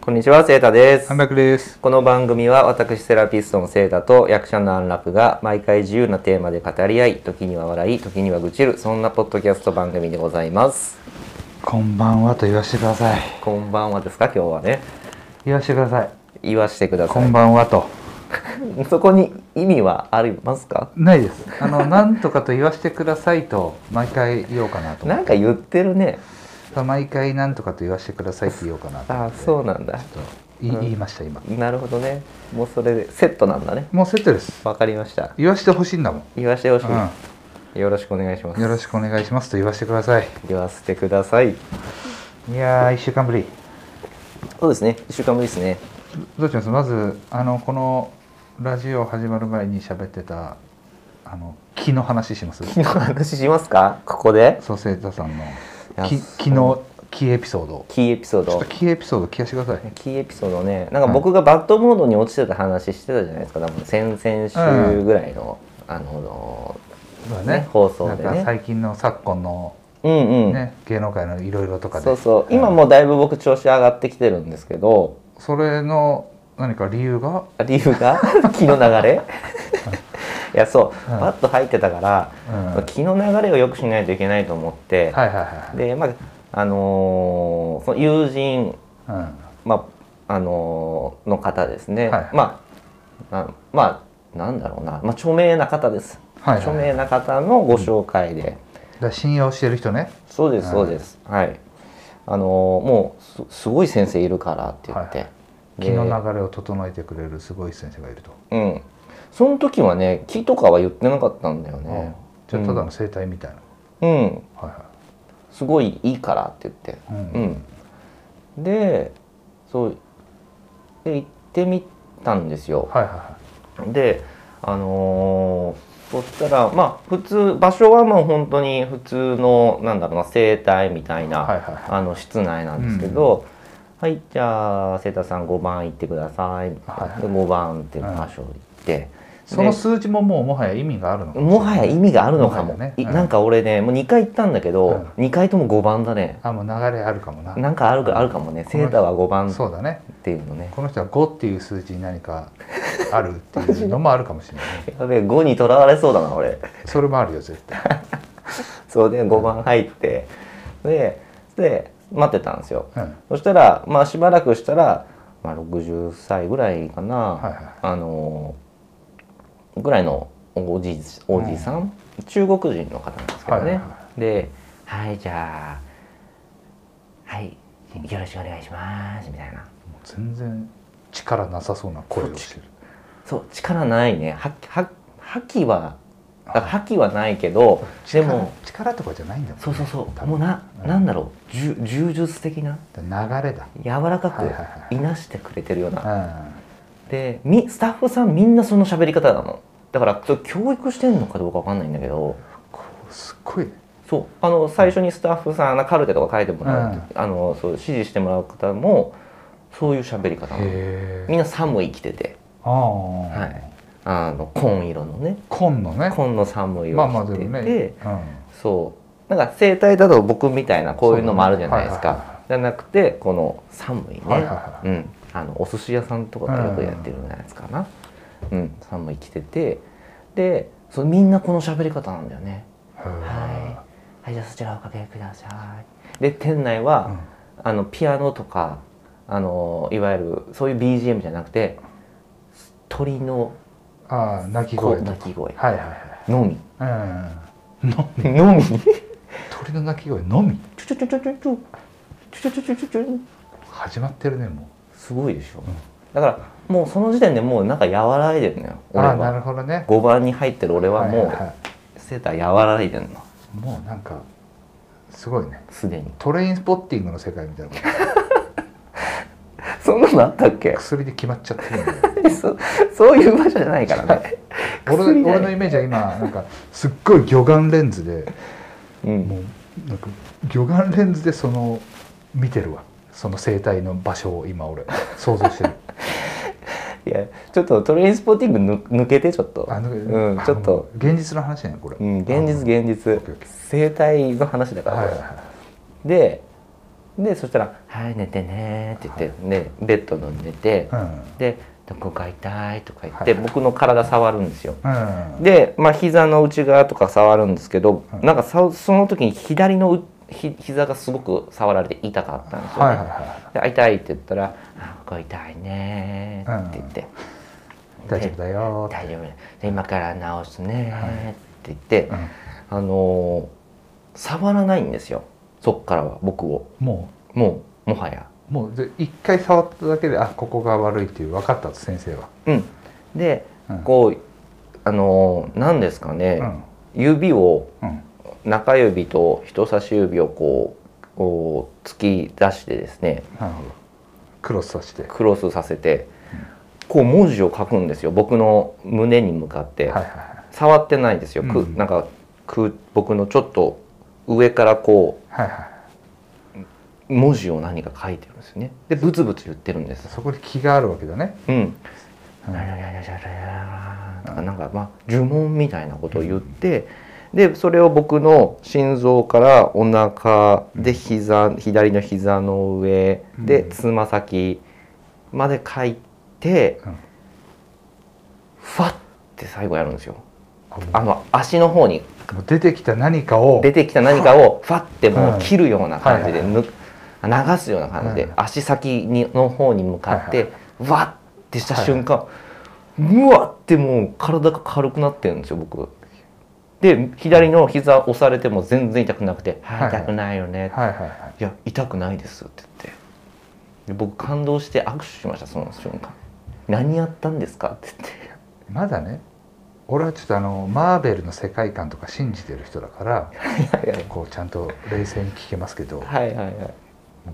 こんにちは、セータです安。楽です。この番組は私セラピストのセータと役者の安楽が毎回自由なテーマで語り合い、時には笑い、時には愚痴る、そんなポッドキャスト番組でございます。こんばんはと言わせてください。こんばんはですか、今日はね。言わせてください。言わしてください。こんばんはと。そこに意味はありますかないです。あの、なんとかと言わせてくださいと、毎回言おうかなと思なっんか言ってるね。て。毎回なんとかと言わせてくださいって言おうかなと思あっあ、て。そうなんだ。ちょっというん言いました、今。なるほどね。もうそれでセットなんだね。もうセットです。わかりました。言わせてほしいんだもん。言わしてほしい。うよろしくお願いしまん。よす。ろしくお願いしますと言わせてください。言わせてください。いやー、一週間ぶり。そうですね。一週間ぶりですね。どうしますまず、あの、このラジオ始まる前に喋ってた、あの、気の話します昨日話しますかここで蘇生太さんのいやきそう昨日キーエピソードをキーエピソーちょドっとキーエピソード聞かせてくださいキーエピソードねなんか僕がバッドモードに落ちてた話してたじゃないですか多分先々週ぐらいの、あのそうね放送でねなんか最近の昨今の、うんうん、ね芸能界のいろいろとかでそうそううん今もうだいぶ僕調子上がってきてるんですけどそれの何か理由が、理由 が気の流れいやそう、うんバッと入ってたから、うん、はい気の流れを良くしないといけないと思って、はいはいでまああのーその友人はい、まああのの方ですね、はいまあなまあなんだろうな、まあ、著名な方です、はいはい著名な方のご紹介で、うん、だ信用してる人ねそうですはいそうですはいあのもうすすごい先生いるからって言って、はいで気の流れを整えてくれるすごい先生がいると、うんその時はね木とかは言ってなかったんだよねじゃあただの生態みたいな、うん、はいはすごいいいからって言ってい、うんうんでそうで行ってみたんですよ、はいはいはであのーそしたらまあ普通場所はもう本当に普通のなんだろうな整体みたいな、いはいはいあの室内なんですけど、はいじゃあ生田さん5番行ってください、はいはいで5番っていう場所行って、そので数字ももうもはや意味があるのかもはや意味があるのかももはやねいうんなんか俺ねもう2回行ったんだけど、2回とも5番だねあもう流れあるかもななんかあるかあるかもねこの生田は5番っそうだねていうのねこの人は5っていう数字に何かあるっていうのもあるかもしれないねやべえ5にとらわれそうだな俺。それもあるよ絶対そうで5番入ってでで待ってたんですようんそしたらまあしばらくしたら、まあ、60歳ぐらいかな、はいはあのーぐらいのおじおじさん、中国人の方なんですけどね、はいはいはで「はいじゃあはいよろしくお願いします」みたいないもう全然力なさそうな声をしてるそう力ないねはは覇気はあ覇気はないけどでも力力とかじゃないんだもんねそうそうそう多もう分ななんだろう柔柔術的な流れだ柔らかはいはいはくいいなしてくれてるような、うでみスタッフさんみんなその喋り方なのだからそれ教育してんのかどうかわかんないんだけどんこうすっごいねそうあの最初にスタッフさんなカルテとか書いてもらう、うんあのそう指示してもらう方もそういう喋り方なのへみえんな寒い着ててああはいあの紺色のね紺のね紺の寒いまあをまあ着でてて、もねそうなんか整体だと僕みたいなこういうのもあるじゃないですか、そうだねはいはいはじゃなくてこの寒いね、はいはいはいうん、あのお寿司屋さんとかがよくやってるやつかな、うん寒い着ててでそうみんなこの喋り方なんだよねうんはははいいじゃあそちらおかけくださいで店内は、あのピアノとかあのいわゆるそういう BGM じゃなくて鳥のああ鳴きこう声と鳴き声はいはいのみはいうんのの み鳥の鳴き声のみちょちょちょちょちょちょちょちょちょちょちょ始まってるねもすごいでしょ、だからもうその時点でもうなんか和らいでるのよう俺ああなはるほどね5番に入ってる俺はもいいういセーター和らいでるのもうなんかすごいねすでにトレインスポッティングの世界みたいなことそんなのあったっけ薬で決まっちゃってるん だよそそういう場所じゃないからね、俺薬だよ俺のイメージは今なんかすっごい魚眼レンズでうん、もうなんか魚眼レンズでその見てるわその生態の場所を今俺想 像してるいやちょっとトレインスポーティングぬ抜けてちょっとあのうん、ちょっあのと、現実の話だねこれ、うん、現実現ケーオッケ実ー生態の話だから、はいこはいれはででそしたら「はい寝てね」って言って、ね、ベッドの上に寝て、うんで「どこが痛い」とか言って、はいはい僕の体触るんですよ。うんで、まあ、膝の内側とか触るんですけど、うんなんかさその時に左のうひ膝がすごく触られて痛かったんですよ、ねはいはいはであ痛いって言ったら「あここ痛いね」って言ってい大丈夫「だよー大丈夫で今から治すね」って言って、うんあのー触らないんですよそっからは僕をももうもはやうもうで一回触っただけであここが悪いっていう分かったと先生はうんでうんこうあのー何ですかうね、ん指をうん中指と人差し指をこうこう突き出してですねなるほどクロスさせてはクロスさせてこう文字を書くんですよ僕の胸に向かっいて、はいは触ってないんですよ、くうんなんかく僕のちょっと上からこいはいはう文字を何か書いてるんですよねでブツブツ言ってるんでいすそこに気があるわけだねうんうんララララララとかなんかまあ呪文みたいなことを言ってでそれを僕の心臓からお腹で膝左の膝の上でうんつま先まで書いてうんふわって最後やるんですよあもうあの足の方にもう出てきた何かを出てきた何かをファってもはうい切るような感じではいぬ流すような感じではい足先にの方に向かっはいてわってした瞬間うわってもう体が軽くなってるんですよ僕。で左の膝押されても全然痛くなくて「いはい痛くないよね」はいはいはいいや痛くないです」って言ってで僕感動して握手しましたその瞬間「何やったんですか?」って言ってまだね俺はちょっとあのマーベルの世界観とか信じてる人だから いやいやこうちゃんと冷静に聞けますけどはいはいはい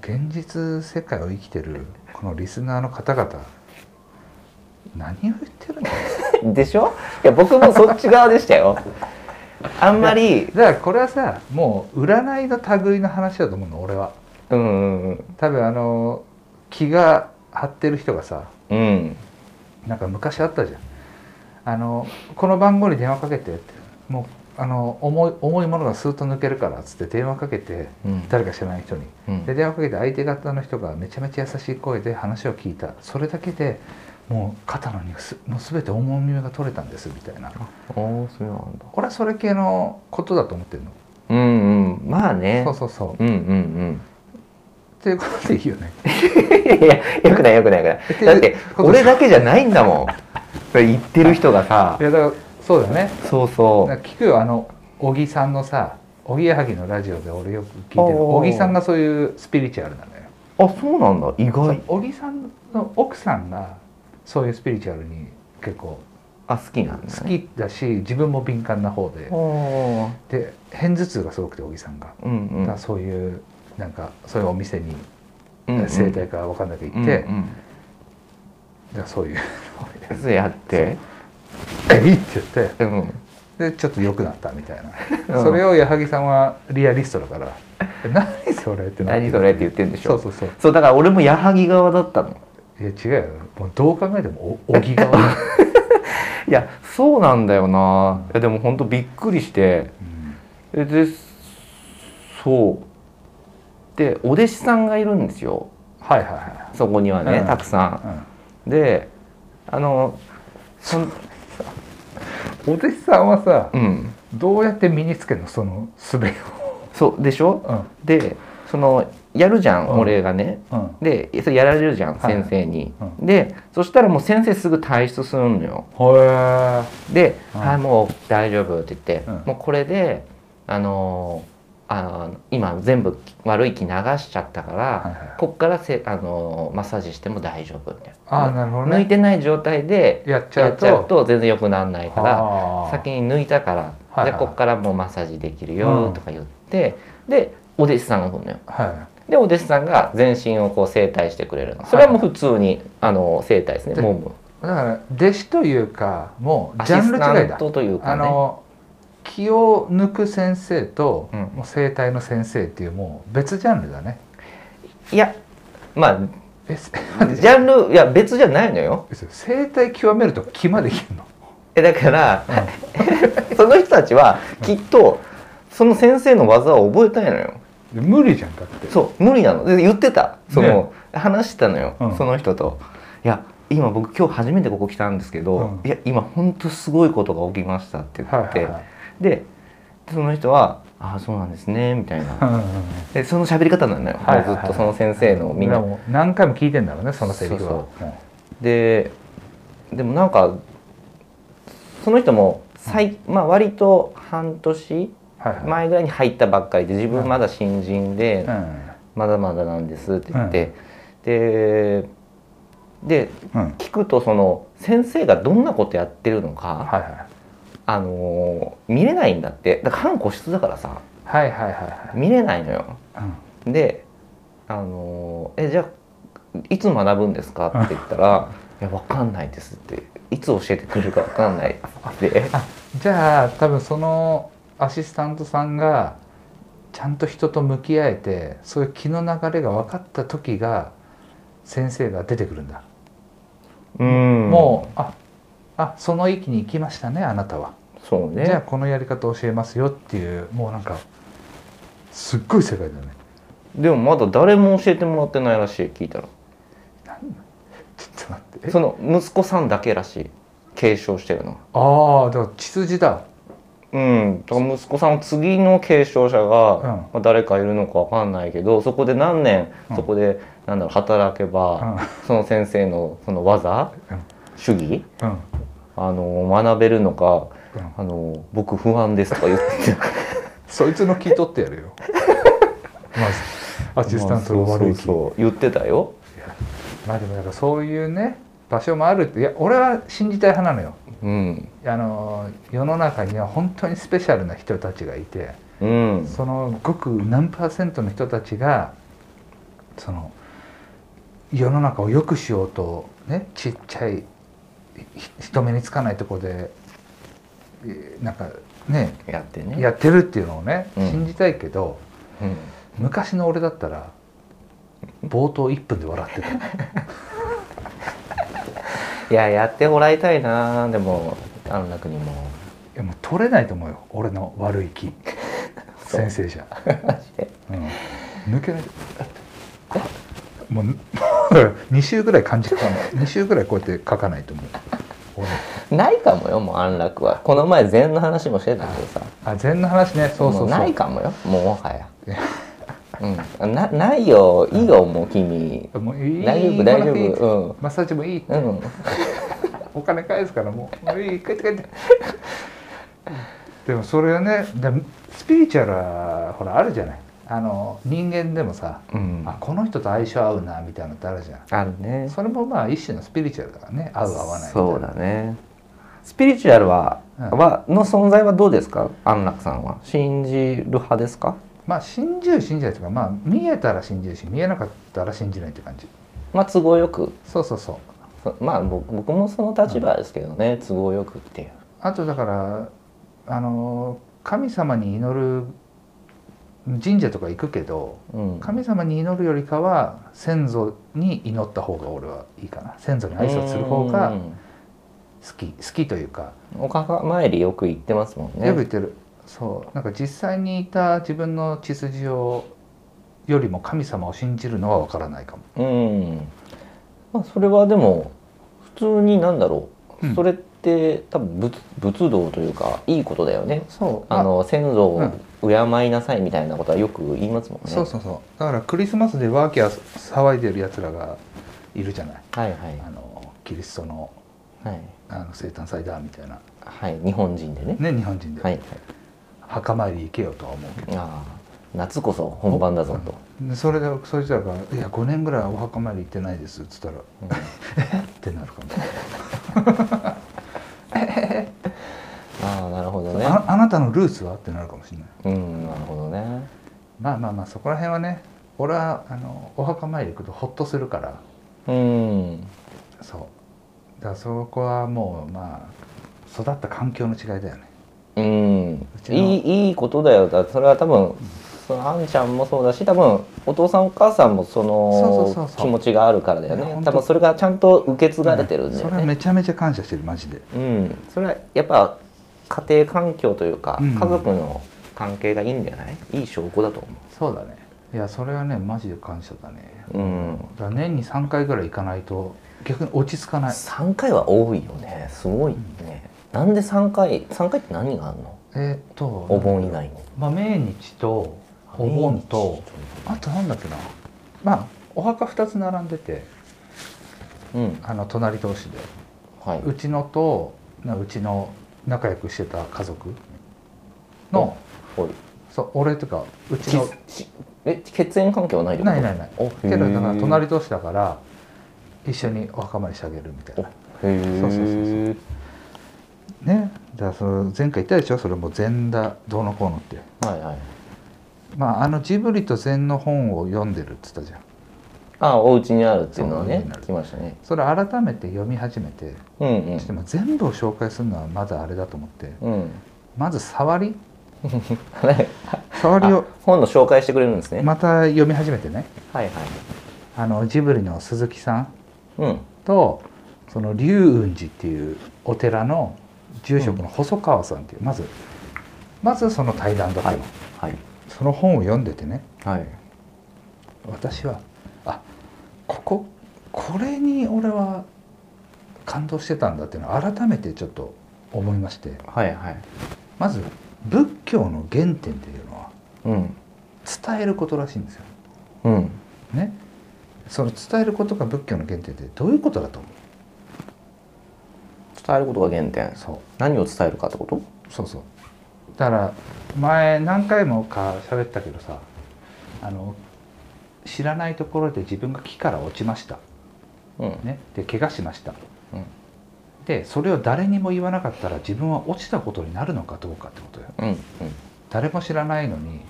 現実世界を生きてるこのリスナーの方々何を言ってるんだよ でしょいや僕もそっち側でしたよあんまりだからこれはさもう占いの類の話だと思うの俺はうんうん多分あの気が張ってる人がさうんうんなんか昔あったじゃんあのこの番号に電話かけてってもうあの重い重いものがスーッと抜けるからっつって電話かけてうん誰か知らない人にうんで電話かけて相手方の人がめちゃめちゃ優しい声で話を聞いたそれだけでもう肩のにすもう全て重みが取れたんですみたいなおーそうなんだ俺はそれ系のことだと思ってるのうんうんまあねそうそうそううんうんっていうことでいいよねうん いやいやよくないよくないよくないだって俺だけじゃないんだもんそれ言ってる人がさいやだからそうだよねそうそなんうか聞くよあの小木さんのさおぎやはぎのラジオで俺よく聞いてるおー小木さんがそういうスピリチュアルなのよあそうなんだ意外そう小木さんの奥さんがそういうスピリチュアルに結構あ好きなんだ好ねきだし自分も敏感な方でおーで偏頭痛がすごくて小木さんが、うんうんだからそういうなんかそういうお店にうんうん整体か分かんなく行って、うんうんだからそういう そうやって「えい!」って言ってうんでちょっと良くなったみたいな、うんそれを矢作さんはリアリストだから「何それ?」ってな何それって言ってるんでしそょうそうそうそうだから俺も矢作側だったのいや違うよもうどう考えても お小木が悪いいやそうなんだよないやでも本当びっくりしてうんえでそうでお弟子さんがいるんですよはいはいはそこにはね、うんたくさい、うんんであのそんお弟子さんはさうんどうやって身につけるのその術を、そうでしょうんでそのやるじゃん、うん俺がねうん、でそれやられるじゃん、はい先生に、うでそしたらもう先生すぐ退出するのよほえで「うんはいもう大丈夫」って言って、うんもうこれであのーあの今全部悪い気流しちゃったから、はいはいこっからせあのーマッサージしても大丈夫みたいああななるほど抜いねてない状態でやっちゃやっうとちゃうと全然良くならないからはあ先に抜いたから、はいはいでこっからもうマッサージできるうよんとか言って、でお弟子さんが来るのよはでお弟子さんが全身をこう整体してくれるのそれはもう普通にあの整体ですねでもういだから弟子というかもうアシジャンスル違タいンだトというかあねの気を抜く先生と、うんもう生体の先生っていうもう別ジャンルだねいやまあえせ ジャンルいや別じゃないのよ生体極めると気までいけるのえだから、 その人たちはきっとその先生の技を覚えたいのよ無理じゃんかってそう無理なので言ってたその、話してたのよ、うんその人と「いや今僕今日初めてここ来たんですけど、うんいや今本当すごいことが起きました」って言っはいはて、いはいでその人は「ああそうなんですね」みたいなうんうんうんでその喋り方なのよ、はいはいはいもうずっとその先生のみんな、だからもう何回も聞いてんだろうねそのセリフはそうででもなんかその人も最、まあ、割と半年はいはい前ぐらいに入ったばっかりで自う分んまだ新人で、うまだまだなんですって言って、ででんうん聞くとその先生がどんなことやってるのか、はいはいあのー見れないんだってだから半個室だからさはいはいはい見れないのよはいで、あのーえじゃあいつ学ぶんですか?」って言ったら「いや分かんないです」って「いつ教えてくれるか分かん ない」ってうんじゃあ多分そのアシスタントさんがちゃんと人と向き合えてそういう気の流れが分かった時が先生が出てくるんだ、うんもうああその域に行きましたねあなたはそうねじゃあこのやり方教えますよっていうもうなんかすっごい世界だねでもまだ誰も教えてもらってないらしい聞いたらちょっと待ってえその息子さんだけらしい継承してるのはああだから血筋だうん、だから息子さんの次の継承者が、うんまあ、誰かいるのかわかんないけどそこで何年、うんそこでなんだろう働けうば、んその先生のその技、うん主義うんうんあの学べるのか「あの僕不安です」とか言ってたそいつの気取ってやるよ ま ずアシスタントの悪い気まあそうそうそう言ってたよまあでもだからそういうね場所もあるっていや俺は信じたい派なのようんあの世の中には本当にスペシャルな人たちがいてうんそのごく何パーセントの人たちがその世の中を良くしようとねちっちゃいひ人目につかないとこでえなんかねやってねやってるっていうのをねうん信じたいけど、うん昔の俺だったら冒頭1分で笑 ってた。いややってもらいたいなでも安楽にもいやもう取れないと思うよ俺の悪い 気先生じゃ、うん、抜けないもう 2週ぐらい漢字書かない2週ぐらいこうやって書かないと思う俺ないかもよもう安楽はこの前禅の話もしてたけどさあ禅の話ねそうそうそもうないかもよもうもはや、うん、なないよいいよもう君もういい大丈夫来大な丈くていい夫マッサージもいいうんうんお金返すからもうもういい帰って帰ってでもそれはねでもスピリチュアルはほらあるじゃないあの人間でもさ、うんあこの人と相性合うなみたいなのってあるじゃんあるねそれもまあ一種のスピリチュアルだからね合う合わないみたいなそうだねスピリチュアルは,、うんはの存在はどうですか安楽さんは信じる派ですかまあ信じる信じないというかまあ見えたら信じるし見えなかったら信じないって感じまあ都合よくそうそうそうそまあ僕僕もその立場ですけどね、都合よくっていうあとだからあの神様に祈る神社とか行くけどうん神様に祈るよりかは先祖に祈った方が俺はいいかな先祖に挨拶する方うがん好き好きというかお墓参りよく行ってますもんねよく言ってるそうなんか実際にいた自分の血筋をよりも神様を信じるのは分からないかもうん、まあ、それはでも普通になんだろう、うんそれって多分仏仏道というかいいことだよねそうあの先祖うをん敬いなさいみたいなことはよく言いますもんね、そうそうそうだからクリスマスでワーキャー騒いでるやつらがいるじゃないはいはいあのキリストのはい、あの生誕祭だみたいなはい、日本人でねね日本人で、はいはい墓参り行けよとは思うけどああ夏こそ本番だぞと、でそれでそいつらが「いや5年ぐらいお墓参り行ってないです」っつったら「うんってなるかも、ああなるほどねああなたのルーツは?」ってなるかもしれないうんなるほどねまあまあまあそこら辺はね俺はあのお墓参り行くとホッとするからうんそうだからそこはもうまあ育った環境の違いだよねうんちのいいいいことだよだそれは多分そのあんちゃんもそうだし多分お父さんお母さんもそそうそうそうのそう気持ちがあるからだよいやね本当多分それがちゃんと受け継がれてるんだよそれはねめちゃめちゃ感謝してるマジでうんそれはやっぱ家庭環境というかうん家族の関係がいいんじゃないいい証拠だと思そうだねいやそれはねマジで感謝だねうんだから年に3回ぐらい行かないと逆に落ち着かない3回は多いよねすごいね、なんで3回3回って何があるのえーっとお盆以外にまあ命日とお盆とあとなんだっけなまあお墓2つ並んでてうんあの隣同士ではいうちのとなうちの仲良くしてた家族のおいそう俺とかうちきのきえ血縁関係はないってことないないないおけどだから隣へ同士だから一緒にお墓参りしてあげるみたいなえそうそうそうそうねだからその前回言ったでしょそれも禅だどうのこうのってはいはいまああのジブリと禅の本を読んでるっつったじゃんあお家にあるっていうのはそうお家ねにある来ましたねそれ改めて読み始めてうんちょっと今全部を紹介するのはまだあれだと思ってうんうんまず触りはい触りをあ本の紹介してくれるんですね、また読み始めてねはいはいあのジブリの鈴木さんうんとその龍雲寺っていうお寺の住職の細川さんっていう、まずまずその対談だったの、はいその本を読んでてねはい私はあこここれに俺は感動してたんだっていうのを改めてちょっと思いましてはいはいまず仏教の原点っていうのはうん伝えることらしいんですよ。うんね、その伝えることが仏教の原点ってどういうことだと思う伝えることが原点そう何を伝えるかってことそうそうだから前何回もか喋ったけどさあの知らないところで自分が木から落ちました、うん、ね、で怪我しましたうんでそれを誰にも言わなかったら自分は落ちたことになるのかどうかってことようんうん誰も知らないのに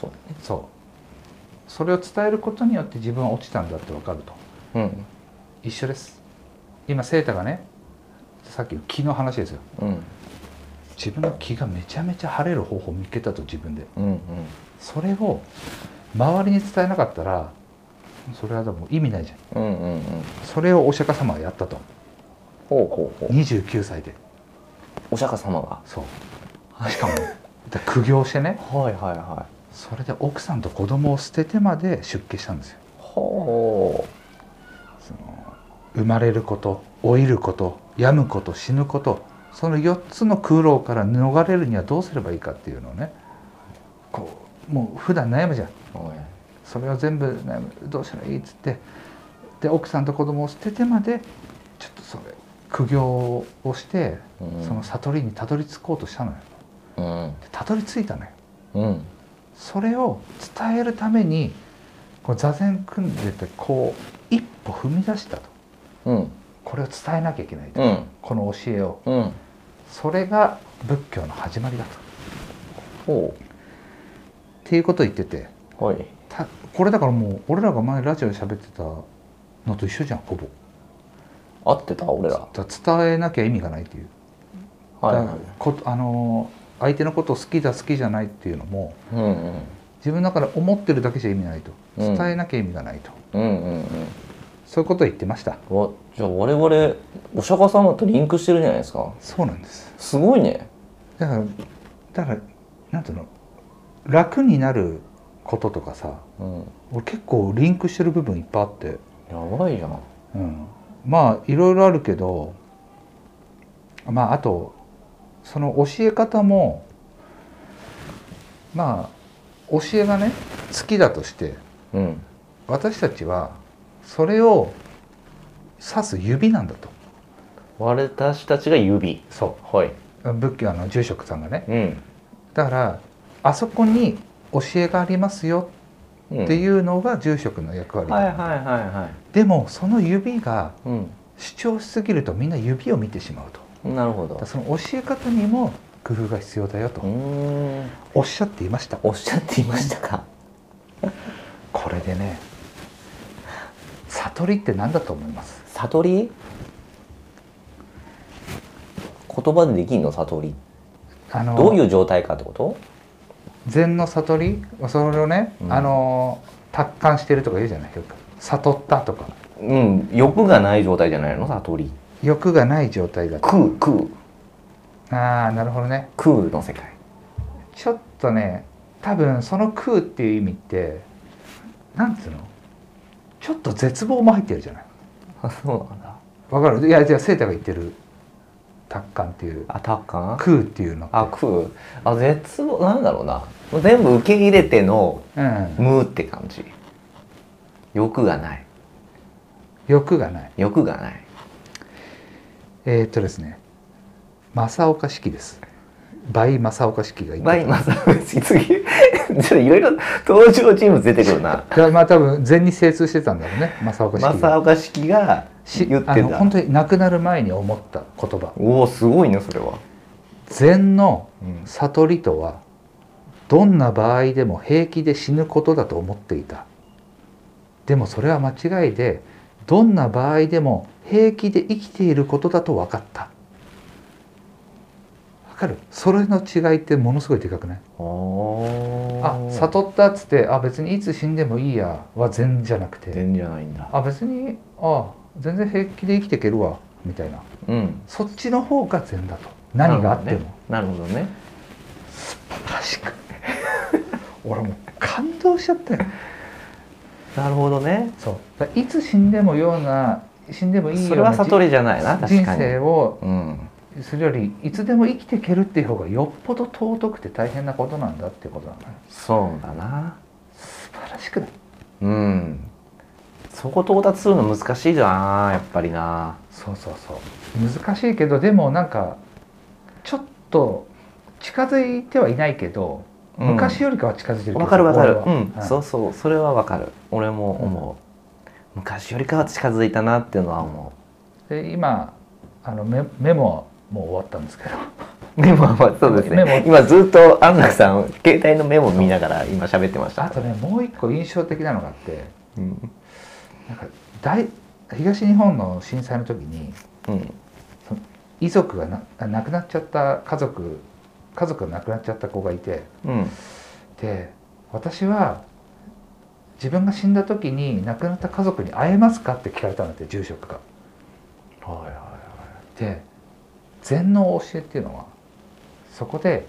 そうそうそれを伝えることによって自分は落ちたんだって分かるとだね一緒です今セータがねさっきの気の話ですようんうん自分の気がめちゃめちゃ晴れる方法を見つけたと自分でうんそれを周りに伝えなかったらそれはでも意味ないじゃんうんうんうんうんそれをお釈迦様はやったとほうほうほう29歳でお釈迦様がそうしかも、で苦行してねはいはいはいそれで奥さんと子供を捨ててまで出家したんですよほその生まれること老いること病むこと死ぬことその4つの空牢から逃れるにはどうすればいいかっていうのをねこうもう普段悩むじゃんうはいそれを全部、ね、どうしたらいいっつってで奥さんと子供を捨ててまでちょっとそれ苦行をしてうんその悟りにたどり着こうとしたのようんでたどり着いたのようんそれを伝えるためにこう座禅組んでてこう一歩踏み出したとうんこれを伝えなきゃいけないと、うんこの教えをうんそれが仏教の始まりだとっほていうことを言っててうはいたこれだからもう俺らが前ラジオで喋ってたのと一緒じゃんほぼ合ってた俺らはだから伝えなきゃ意味がないっていういだからこあのー相手のことを好きだ好きじゃないっていうのもうん自分の中で思ってるだけじゃ意味ないとうん伝えなきゃ意味がないと、うんうんうんうんそういうことを言ってましたわじゃあ我々お釈迦様とリンクしてるじゃないですかそうなんですすごいねだからだからなんていうの楽になることとかさうん俺結構リンクしてる部分いっぱいあって、やばいじゃんうん、まあいろいろあるけどまああとその教え方もまあ教えがね好きだとしてうん私たちはそれを指す指なんだと私たちが指そはい。仏教の住職さんがねうん。だからあそこに教えがありますよっっていううのが住職の役割、ん。はいはいはいはでもその指がい。主張しすぎるとみんな指を見てしまうとうん。なるほどだから。その教え方にも工夫が必要だようーとん。おっしゃっていましたおっしゃっていましたか。これでね悟りって何だと思います悟り。言葉でできんの悟り。あのどういう状態かってこと。禅の悟りそれをね、うんあの達観してるとか言うじゃないよく悟ったとかうん、欲がない状態じゃないの、悟り。欲がない状態だと空、空、ああなるほどね空の世界。ちょっとね多分その空っていう意味ってなんつうのちょっと絶望も入ってるじゃないあそうなんだわかるいやじゃあセータが言ってる達観っていうあタッカン空っていうのあ食うあ絶望なんだろうな全部受け入れてのうん無って感じ欲がない欲がない欲がないえーっとですね正岡式です倍正岡式が言バっイてマサウシ次 ちょっといろいろ登場人物出てくるなたいやまあ多分全に精通してたんだろうね正岡式が正岡式がし言ってあんのだ本当に亡くなる前に思った言葉おおすごいねそれは、禅のうん悟りとはどんな場合でも平気で死ぬことだと思っていたでもそれは間違いでどんな場合でも平気で生きていることだと分かった分かるそれの違いってものすごいでかくないああ悟ったっつってあ別にいつ死んでもいいやは禅じゃなくて全じゃないんだあ別にあ全然平気で生きていけるわみたいなうんそっちの方が禅だと何があっても、なるほどね確かに 俺もう感動しちゃったよなるほどねそうだからいつ死んでもような死んでもいいようなそれは悟りじゃないなじ確人かに生をうんするよりいつでも生きていけるっていう方がよっぽど尊くて大変なことなんだっていうことなのよそうだな素晴らしくないうんそこ到達するの難しいじゃんやっぱりなそうそうそう難しいけどでもなんかちょっと近づいてはいないけど、うん昔よりかは近づいてるわかるわかるうん、そそううそうそれはわかる俺も思う、昔よりかは近づいたなっていうのは思で今あのメメモはもう終わったんですけど う、メモはそうですメねモ今ずっと安楽さん携帯のメモ見ながら今喋ってましたあとねもう一個印象的なのがあってうん、なんか大東日本の震災の時にうん、遺族がなあ亡くなっちゃった家族家族が亡くなっちゃった子がいてうんで私は自分が死んだ時に亡くなった家族に会えますかって聞かれたんだって住職が。はいはいはで禅の教えっていうのはそこで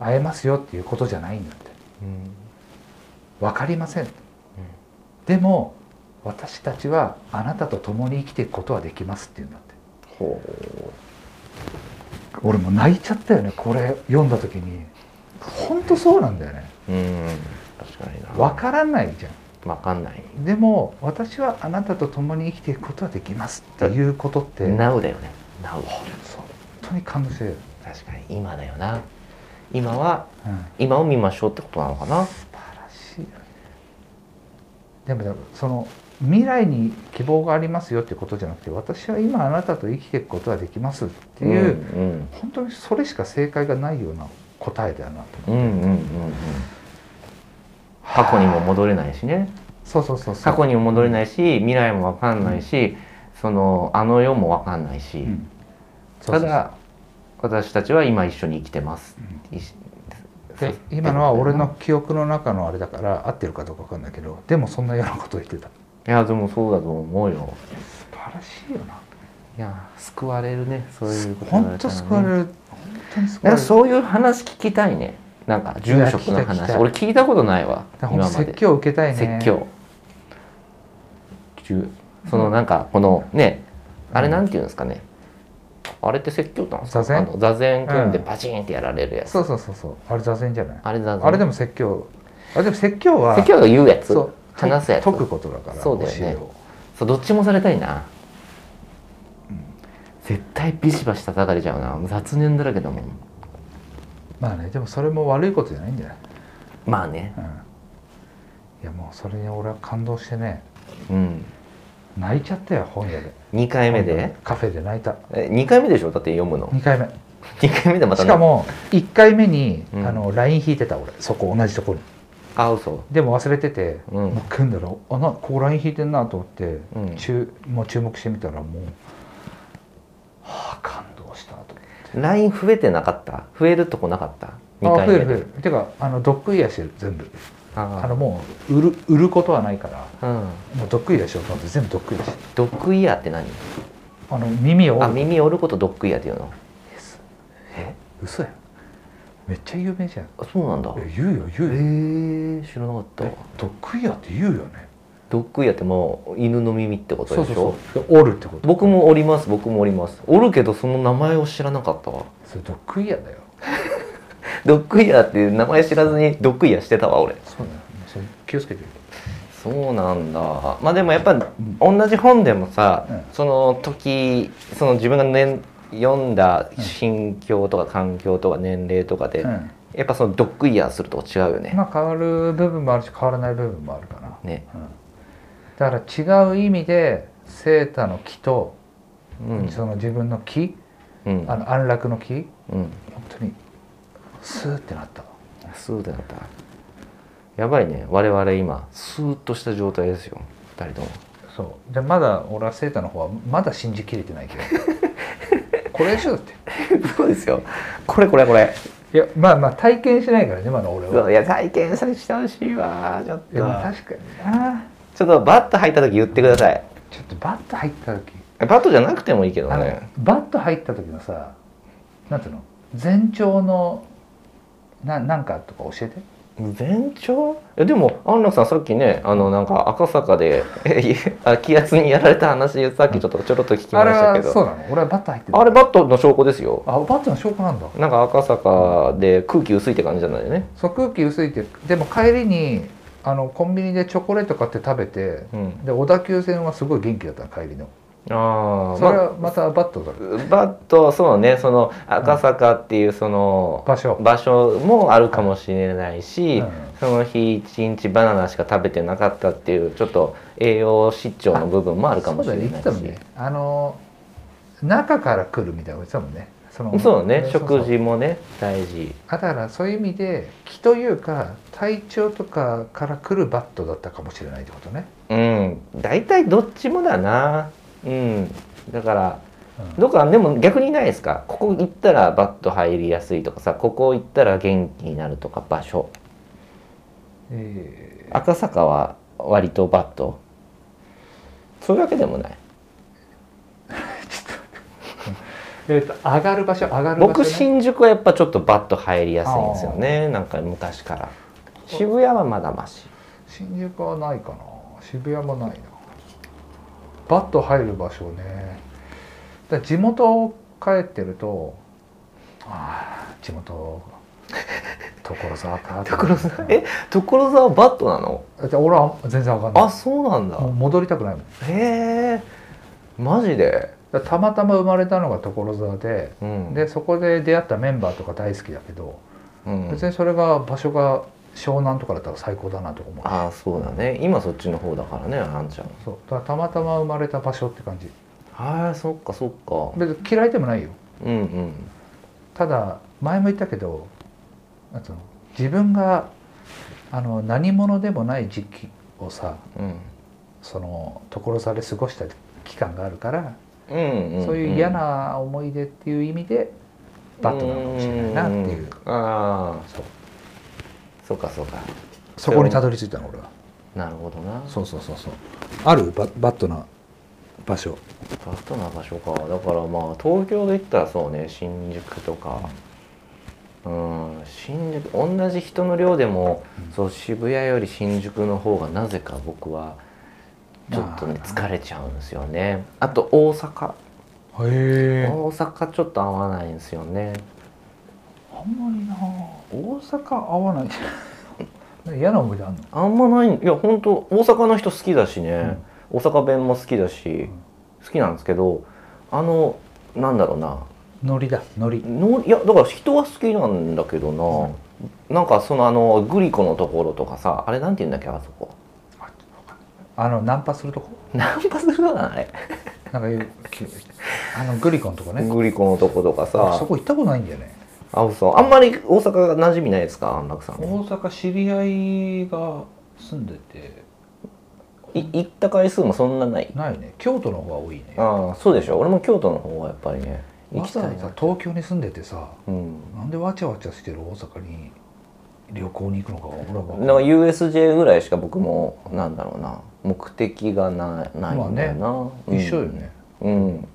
会えますよっていうことじゃないんだってい、うん分かりません、でも私たちはあなたと共に生きていくことはできますっていうんだってほ俺もう泣いちゃったよねこれ読んだ時に本当そうなんだよねううん確かにな分からないじゃわかんないんでも私はあなたと共に生きていくことはできますっていうことって本 Now だよね Now 当に感動してる、確かに今だよな今はうん、今を見ましょうってことなのかな素晴らしいよねでもだからその未来に希望がありますよっていうことじゃなくて私は今あなたと生きていくことはできますっていう、うん本当にそれしか正解がないような答えだなうと思んうって、んうんうんうん過去にも戻れないしねそうそうそうそう過去に、にも戻れないし未来も分かんないし、そのあの世も分かんないし、うんただ私たちは今一緒に生きてます、いしでそ今のは俺の記憶の中のあれだから合ってるかどうかわかんないけどでもそんなようなこと言ってたいやでもそうだと思うよ素晴らしいよないや救われるねそういうこと言わ本れたら当ね救われる本当になん救われかるそういう話聞きたいねなんか住職のいや聞きたい聞き話たい俺聞いたことないわだから今本ま当で説教受けたいね説教中そのなんかこのねあれなんていうんですかねあれって説教なんですか座禅あの座禅組んでうんバチンってやられるやつそうそうそうそうあれ座禅じゃないあれ座禅あれでも説教あれでも説教は説教が言うやつそう話すやつ解くことだからそうだよね教えをそうどっちもされたいな絶対ビシバシ叩かれちゃうな雑念だらけだもんまあねでもそれも悪いことじゃないんじゃない、まあねうん、いやもうそれに俺は感動してねうん泣いちゃったよ本屋で2回目でカフェで泣いたえ2回目でしょだって読 むの2回目2回目でまたしねかも1回目に、うんあの LINE 引いてた俺そこ同じところにあ嘘でも忘れてて、うんもう組んだらあなここ LINE 引いてんなと思って、うん注もう注目してみたらもうはあ感動したと思って LINE 増えてなかった増えるとこなかった2あ回目増でえる増えるてかあのドッグイヤーしてる全部ああのもう売る売ることはないからーうんもうドッグイヤーしようと思って全部ドッグイヤーしてドッグイヤーって何あの耳をあ耳折ることドッグイヤーっていうの嘘やめっちゃ有名じゃんあそうなんだえ言うよ言えうよ、ー、知らなかったわえドッグイヤーって言うよねドッグイヤーってもう犬の耳ってことでしょそうおるってこと僕もおります僕もおりますおるけどその名前を知らなかったわそれドッグイヤーだよドッグイヤーっていう名前知らずにドッグイヤーしてたわ俺そうだよ、ね、それ気をつけてそうなんだまあでもやっぱ同じ本でもさ、うんその時その自分が、ね、読んだ心境とか環境とか年齢とかで、うんやっぱそのドッグイヤーすると違うよね、まあ変わる部分もあるし変わらない部分もあるかな、ね、うん、だから違う意味でセーターの木と、うんその自分の木うんあの安楽の木うん本当にスーってなったそうだったやばいね我々今スーッとした状態ですよ二人ともそうでまだ俺はセーターの方はまだ信じきれてないけど これでしょだって そうですよ。これこれこれ。いやまあまあ体験しないからねまだ俺そうはいや体験させてほしいわちょっいやまあと。確かになちょっとバット入った時言ってください。ちょっとバット入った時バットじゃなくてもいいけどあのね。バット入った時のさなんていうの前兆のななんかとか教えて全長？えでも安楽さんさっきねあのなんか赤坂で えいえあ気圧にやられた話さっきちょっとちょろっと聞きまあれしたけはど。そうなの俺はバット入ってたあれバットの証拠ですよ。あバットの証拠なんだなんか赤坂で空気薄いって感じじゃないよね。そう空気薄いってでも帰りにあのコンビニでチョコレート買って食べてうん。で小田急線はすごい元気だったの帰りのああ。それまあはまたバットだバットそうねその赤坂っていうその場所、場所もあるかもしれないし、うんその日一日バナナしか食べてなかったっていうちょっと栄養失調の部分もあるかもしれないしそうだね言ってたもんねあの中から来るみたいなこと言ってたもんねそのそうねそうそう食事もね大事あだからそういう意味で気というか体調とかから来るバットだったかもしれないってことね、うん大体どっちもだなうんだからうんどっかでも逆にないですかここ行ったらバッと入りやすいとかさここ行ったら元気になるとか場所え赤坂は割とバッとそういうわけでもないーえーと上がる場所上がる場所、ね、僕新宿はやっぱちょっとバッと入りやすいんですよねなんか昔から渋谷はまだまし新宿はないかな渋谷もないなバッと入る場所ねだから地元を帰ってるとああ地元所沢 か所沢え所沢バットなのだって俺は全然わかんないあそうなんだもう戻りたくないもんだへえマジでからたまたま生まれたのが所沢でうんでそこで出会ったメンバーとか大好きだけど、うん別にそれが場所が湘南とかだったら最高だなとか思うああそうだね今そっちの方だからねあんちゃんそうだからたまたま生まれた場所って感じああそっかそっか別に嫌いでもないようんうんただ前も言ったけどなんつうの自分があの何者でもない時期をさうんその所沢で過ごした期間があるから、うんんんそういう嫌な思い出っていう意味でバットなのかもしれないなっていう、んああそうそっかそっかそこにたどり着いたの俺はなるほどなそうそうそうそうあるババットな場所バットな場所かだからまあ東京で言ったらそうね新宿とかうん新宿同じ人の量でも、うんそう渋谷より新宿の方がなぜか僕はちょっとねあー疲れちゃうんですよねあと大阪へえ大阪ちょっと合わないんですよねあんまりな大阪合わない嫌な思い出あんのあんまないいや本当大阪の人好きだしね、大阪弁も好きだし、ん好きなんですけどあのなんだろうなノリだノリのいやだから人は好きなんだけどな、なんかそのあのグリコのところとかさあれなんて言うんだっけあそこ あのナンパするとこナンパするかなあれなんかいうきあのグリコのとこねグリコのとことかそさこ行ったことないんだよねあ嘘あんまり大阪が馴染みないですか安楽さん大阪知り合いが住んでてい行った回数もそんなないないね京都の方が多いねああそうでしょ俺も京都の方はやっぱりね行わきざたわいざな東京に住んでてさうんなんでわちゃわちゃしてる大阪に旅行に行くのか俺は分かんなんかない USJ ぐらいしか僕もなんだろうな目的がなないまあんだよねな、うん一緒よねうん、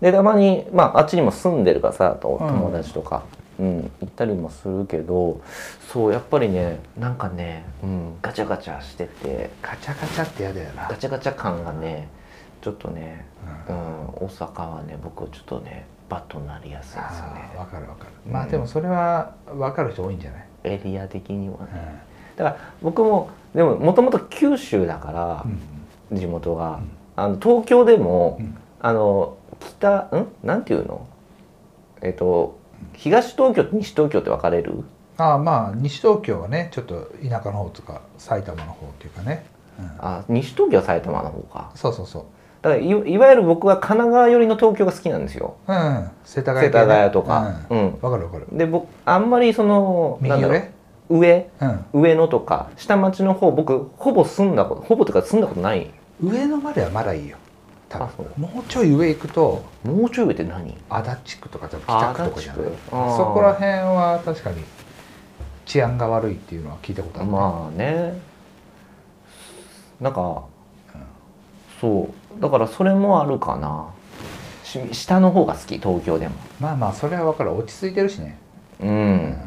でたまに、まあ、あっちにも住んでるからさとうん友達とか、うん、行ったりもするけどそうやっぱりねなんかね、うん、ガチャガチャしててガチャガチャって嫌だよなガ、チャガチャ感がねちょっとね、う、うんん大阪はね僕ちょっとねバッとなりやすいですあーわかるわかる、うんまあでもそれはわかる人多いんじゃない、ねエリア的にはね、うだから僕もでももともと九州だからん、地元が、うんあの東京でも、うんあの北んなんていうのえっ、と東東京と西東京って分かれるああまあ西東京はねちょっと田舎の方とか埼玉の方っていうかね、うん、あ西東京は埼玉の方かそうそうそうだからいいわゆる僕は神奈川寄りの東京が好きなんですようん世田谷世系ね田谷とか、ううんんわかるわかるで僕あんまりその右なんだろ上う上うん上野とか下町の方僕ほぼ住んだことほぼというか住んだことない上野まではまだいいよ多あそう分もうちょい上行くともうちょい上って何足立区とか多分あ北区とかじゃない足立区あーそこら辺は確かに治安が悪いっていうのは聞いたことあるね、まあねなんか、うんそうだからそれもあるかなし下の方が好き東京でもまあまあそれはわかる落ち着いてるしね、ううんん、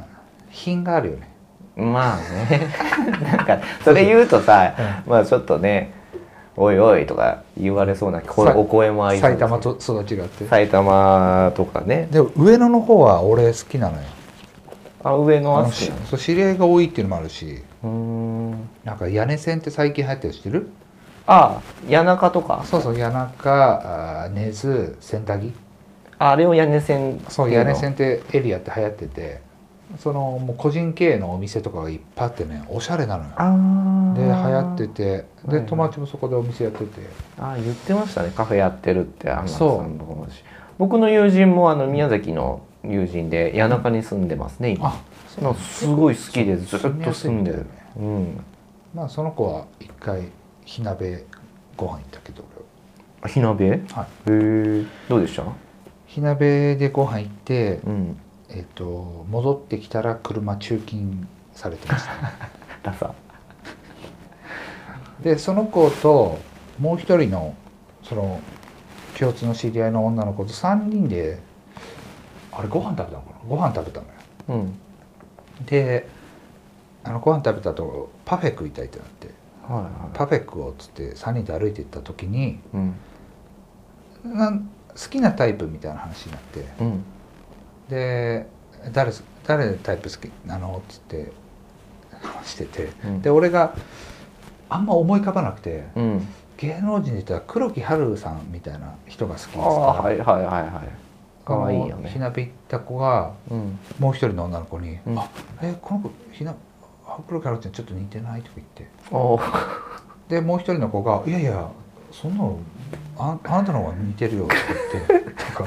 品があるよね、まあね なんかそれ言うとさまあちょっとね「おいおい」とか言われそうな声さお声もありそう埼です玉と育ちがあって埼玉とかねでも上野の方は俺好きなのよあ上野あはの好きしなのそう知り合いが多いっていうのもあるしうーんなんか屋根線って最近流行ってる知ってるあ谷中とかそうそう谷中あー根津千駄木ああれを屋根線っていのそう屋根線ってエリアって流行っててそのもう個人経営のお店とかがいっぱいあってねおしゃれなのよあーで流行っててはいはでい友達もそこでお店やっててあ言ってましたねカフェやってるって天野さんそうの方だし僕の友人もあの宮崎の友人で谷中に住んでますね今あなんかすごい好きでずっと住んで住みやすいるんだよね、うん、まあその子は一回火鍋ご飯行ったけど俺は火鍋へはいえどうでした火鍋でご飯行ってうんえっと戻ってきたら車駐禁されてましたダサでその子ともう一人のその共通の知り合いの女の子と3人であれご飯食べたのかなご飯食べたのようんであのご飯食べたとパフェ食いたいってなってはいはパフェ食おうっつって3人で歩いて行った時にいうんなん好きなタイプみたいな話になってうんで誰す誰タイプ好きなのっつって話しててうんで俺があんま思い浮かばなくてうん芸能人で言ったら黒木華さんみたいな人が好きですかあらあはいはいはいはいかわいいよあのねひなびった子がうんもう一人の女の子に「うんあえこの子ひなあ黒木華ちゃんちょっと似てない?」とか言っておーでもう一人の子が「いやいやそんなのああなたの方が似てるよ」って言って なんか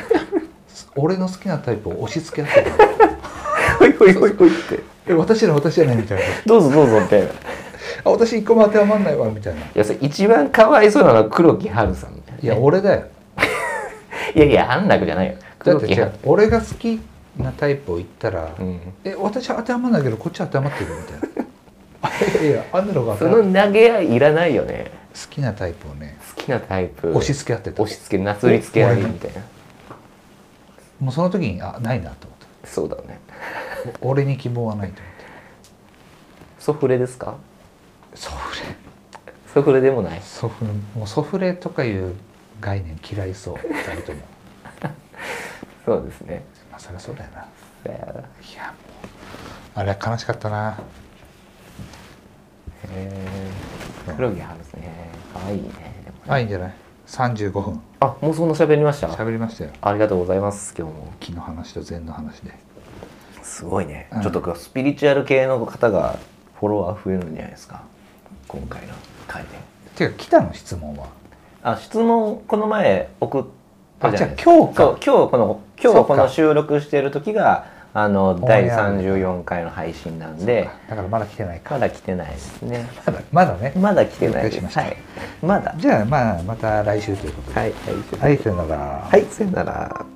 俺の好きなタイプを押し付け合ってた ほいほいほいほいってえ私じゃない私じゃない」みたいなどうぞどうぞみたいない「あ私一個も当てはまんないわ」みたいな「いやそれ一番かわいそうなのは黒木華さんみたいなや俺だよいやいや、安楽じゃないよ。だ黒って木違はう。俺が好きなタイプを言ったら「うん。え私は当てはまんないけどこっちは当てはまってるよ」みたいな「あ いやいやあんなのが当てそはまのん好投げ合いいらないよね。きなタイプをね好きなタイプ。押し付け合ってた押し付け、なすりつけ合いみたいな。もうその時に「あないな」と思っそうだね。たお俺に希望はないと思ってソフレですかソフレソフレでもない。ソフレもうソフレとかいう概念嫌いそう2人とも そうですね。まあそりゃそうだよないややもうあれは悲しかったなへー黒木華ですね。かわいいね。でもねあいいんじゃない35分あ、もうそんな喋りました喋りましたよありがとうございます、今日も。木の話と禅の話で、すごいねうん。ちょっとスピリチュアル系の方がフォロワー増えるんじゃないですか。今回の回で。ていうか来たの質問はあ、質問、この前送ったあじじゃゃなあいですか。今日そうか今日この今そ日っかこの収録している時があのオン第エア34回の配信なんでだからまだ来てないかまだ来てないですねまだまだねまだ来てないで了解すしましたはいまだじゃあまあまた来週ということではいはいはいさよならはいさよなら